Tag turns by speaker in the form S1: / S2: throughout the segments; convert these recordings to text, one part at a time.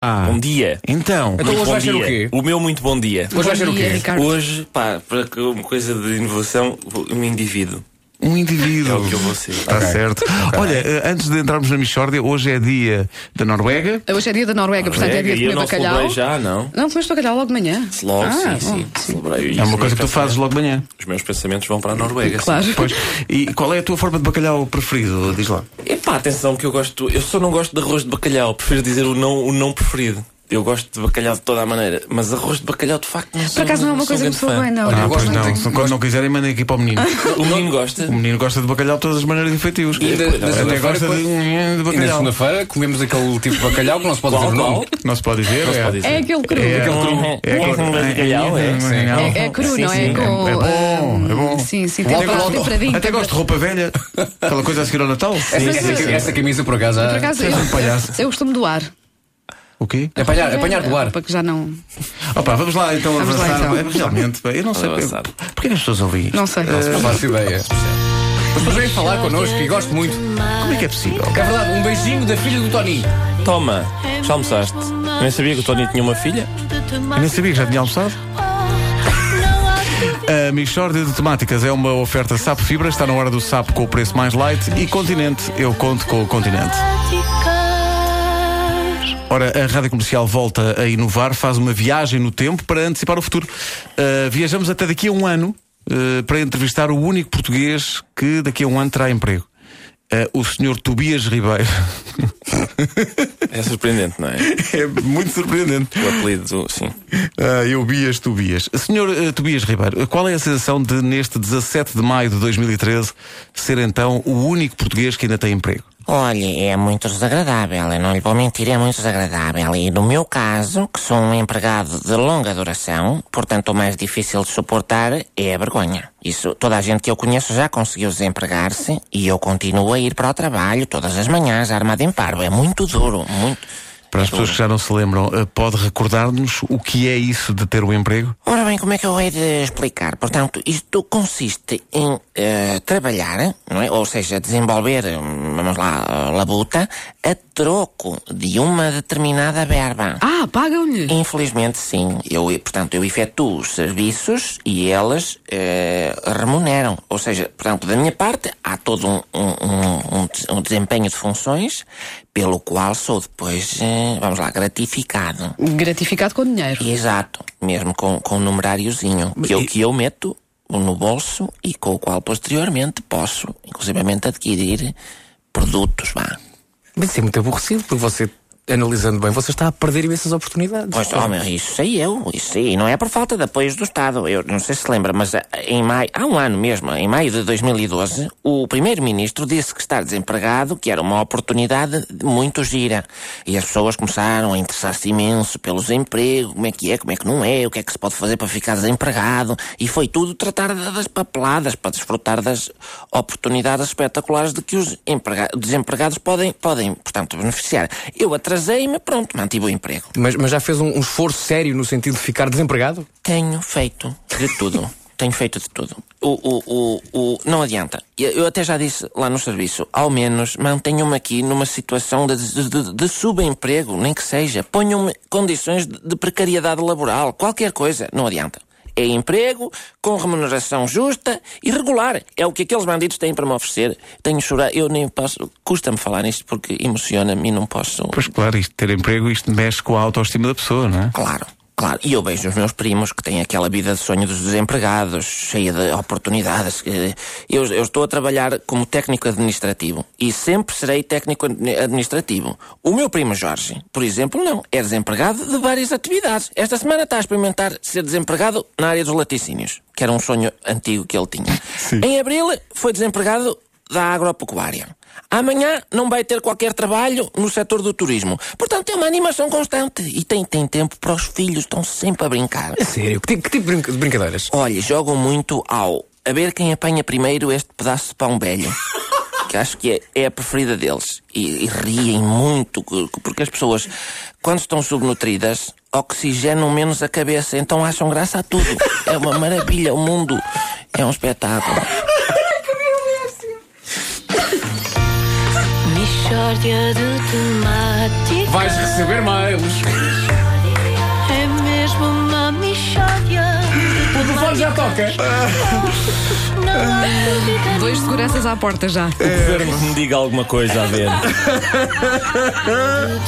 S1: Ah.
S2: Bom dia.
S1: Então,
S2: Muito
S3: hoje
S2: bom
S3: vai ser
S2: dia.
S3: o quê?
S2: meu muito bom dia.
S3: Hoje vai ser o
S4: dia,
S3: quê?
S4: Ricardo.
S2: Hoje, pá, para que- uma coisa de inovação, um indivíduo.
S1: um indivíduo.
S2: É o que eu vou ser.
S1: Está certo. Olha, eh, antes de entrarmos na Michórdia, hoje é dia da Noruega.
S4: Hoje é dia da Noruega, portanto é dia de
S2: e eu
S4: comer
S2: não
S4: bacalhau.
S2: celebrei já, não.
S4: Não, comeste bacalhau logo de manhã.
S2: Logo,
S4: Ah,
S2: sim, sim.
S4: bom.
S2: Celebrei.
S1: É uma coisa que tu fazes logo de manhã.
S2: Os meus pensamentos vão para a Noruega.
S4: Claro.
S1: Pois. E qual é a tua forma de bacalhau preferido? Diz lá.
S2: É pá, atenção que eu gosto. Eu só não gosto de arroz de bacalhau. Prefiro dizer o não, o não preferido. Eu gosto de bacalhau de toda a maneira, mas arroz de bacalhau de facto não
S4: Por acaso não é uma coisa que me soa bem, não.
S3: Olha,
S1: Ah,
S3: eu
S4: Não.
S3: gosto
S1: pois
S3: muito
S1: não.
S3: de-
S1: Quando não quiserem, mandem aqui para o menino.
S2: O menino gosta.
S1: O menino gosta de bacalhau de todas as maneiras e feitios.
S3: E da- da
S1: Até
S3: segunda-feira,
S1: gosta de, de
S3: E na
S1: bacalhau.
S3: segunda-feira comemos aquele tipo de bacalhau que não se pode
S2: Qual,
S3: ver o
S2: qual?
S3: nome.
S1: Não se pode dizer. Não
S2: se pode dizer.
S4: É aquele cru.
S1: É,
S4: É,
S2: Uhum.
S1: é, aquele-
S2: Uhum. Bacalhau, é,
S1: é,
S4: é, cru,
S2: Sim,
S4: não é?
S2: sim.
S4: Com, hum,
S1: É bom, é bom.
S4: Sim, sim, tem
S1: Até
S4: temperado,
S1: gosto-
S4: temperadinho.
S1: Até gosto de roupa velha. Aquela coisa a seguir ao Natal.
S3: Essa,
S4: sim,
S3: essa-
S4: sim.
S3: essa camisa por acaso.
S4: Por
S3: há-
S4: acaso, eu, eu costumo doar.
S1: O quê?
S3: é Apanhar, apanhar do ar.
S4: Para que já não.
S1: Opa, vamos lá então
S4: Vamos lá,
S1: avançar.
S4: então.
S1: É, Realmente, bem, eu não sei.
S2: Avançar.
S1: Porquê as pessoas ouvem isto? Eh,
S4: Não sei.
S3: Não faço ideia. Mas depois vêm falar connosco e gosto muito.
S1: Como é que é possível?
S3: Que é verdade, um beijinho da filha do Tony.
S2: Toma, já almoçaste. Eu nem sabia que o Tony tinha uma filha.
S1: Eu nem sabia que já tinha almoçado. A Mixórdia de Temáticas é uma oferta Sapo Fibra, está na hora do Sapo com o preço mais light e Continente, eu conto com o Continente. Ora, a Rádio Comercial volta a inovar, faz uma viagem no tempo para antecipar o futuro. Uh, viajamos até daqui a um ano uh, para entrevistar o único português que daqui a um ano terá emprego. Uh, o senhor Tobias Ribeiro.
S2: É surpreendente, não é?
S1: é muito surpreendente.
S2: O apelido, do- sim.
S1: Ah, eu Bias Tobias. Senhor eh, Tobias Ribeiro, qual é a sensação de, neste 17 de maio de 2013, ser então o único português que ainda tem emprego?
S5: Olha, é muito desagradável, eu não lhe vou mentir, é muito desagradável. E no meu caso, que sou um empregado de longa duração, portanto o mais difícil de suportar é a vergonha. Isso, toda a gente que eu conheço já conseguiu desempregar-se e eu continuo a ir para o trabalho todas as manhãs, armado em paro. É muito duro, muito.
S1: Para as pessoas que já não se lembram, eh, pode recordar-nos o que é isso de ter o emprego?
S5: Ora bem, como é que eu hei de explicar? Portanto, isto consiste em eh, trabalhar, não é? ou seja, desenvolver, hum, vamos lá, eh, labuta, a troco de uma determinada verba.
S4: Ah, pagam-lhe.
S5: Infelizmente, sim. Eu, portanto, eu efetuo os serviços e elas eh, remuneram. Ou seja, portanto, da minha parte, há todo um, um- um- um des- um desempenho de funções pelo qual sou depois, eh, vamos lá, gratificado.
S4: Gratificado com dinheiro.
S5: Exato, mesmo com, com um numeráriozinho que eu, que eu meto no bolso e com o qual posteriormente posso, inclusivamente, adquirir produtos, vá.
S6: Mas isso é muito aborrecido, porque você, analisando bem, você está a perder imensas oportunidades.
S5: Pois, oh, meu, isso sei eu, isso sei. Não é por falta de apoios do Estado. Eu não sei se lembra, mas ah, em maio, há um ano mesmo, em maio de 2012, o primeiro-ministro disse que estar desempregado, que era uma oportunidade de muito gira. E as pessoas começaram a interessar-se imenso pelo desemprego, como é que é, como é que não é, o que é que se pode fazer para ficar desempregado. E foi tudo tratar da- das papeladas, para desfrutar das oportunidades espetaculares de que os emprega- desempregados podem, podem, portanto, beneficiar. Eu atrasei-me, pronto, mantive o emprego.
S6: Mas, mas já fez um, um esforço sério no sentido de ficar desempregado?
S5: Tenho feito de tudo. Tenho feito de tudo. O, o, o, o- não adianta. Eu eu até já disse lá no serviço, ao menos mantenham-me aqui numa situação de, de, de- de subemprego, nem que seja. Ponham-me condições de, de precariedade laboral, qualquer coisa. Não adianta. É emprego, com remuneração justa e regular. É o que aqueles bandidos têm para me oferecer. Tenho chorar, eu nem posso. Custa-me falar nisto porque emociona-me e não posso.
S1: Pois claro, isto de ter emprego, isto mexe com a autoestima da pessoa, não é?
S5: Claro, claro. E eu vejo os meus primos que têm aquela vida de sonho dos desempregados, cheia de oportunidades. Eh, Eu, eu estou a trabalhar como técnico administrativo e sempre serei técnico admi- administrativo. O meu primo Jorge, por exemplo, não. É desempregado de várias atividades. Esta semana está a experimentar ser desempregado na área dos laticínios, que era um sonho antigo que ele tinha. Em abril foi desempregado da agropecuária. Amanhã não vai ter qualquer trabalho no setor do turismo. Portanto, é uma animação constante. E tem, tem tempo para os filhos, estão sempre a brincar.
S6: A sério? Que, ti- que tipo de brinca- de brincadeiras?
S5: Olha, jogam muito ao a ver quem apanha primeiro este pedaço de pão velho. Que acho que é, é a preferida deles. E, e riem muito, co- porque as pessoas, quando estão subnutridas, oxigenam menos a cabeça, então acham graça a tudo. É uma maravilha, o mundo é um espetáculo.
S7: Michórdia de temáticas.
S3: Vais receber mails.
S7: É mesmo uma Michórdia.
S3: O telefone já toca.
S7: Não há dúvida.
S4: Dois seguranças à porta já.
S2: O governo me diga alguma coisa a ver.
S7: de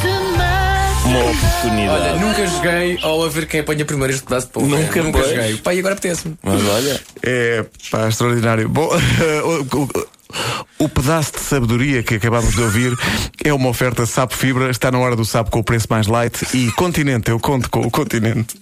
S7: temáticas.
S2: Uma oportunidade.
S6: Olha, nunca joguei ao a ver quem apanha primeiro este pedaço de pão.
S2: Nunca
S6: É, nunca
S2: pois.
S6: joguei. Pai, agora apetece-me.
S2: Mas olha,
S1: É pá, extraordinário. Bom, o, o- o pedaço de sabedoria que acabámos de ouvir é uma oferta Sapo Fibra. Está na hora do Sapo com o preço mais light. E Continente, eu conto com o Continente.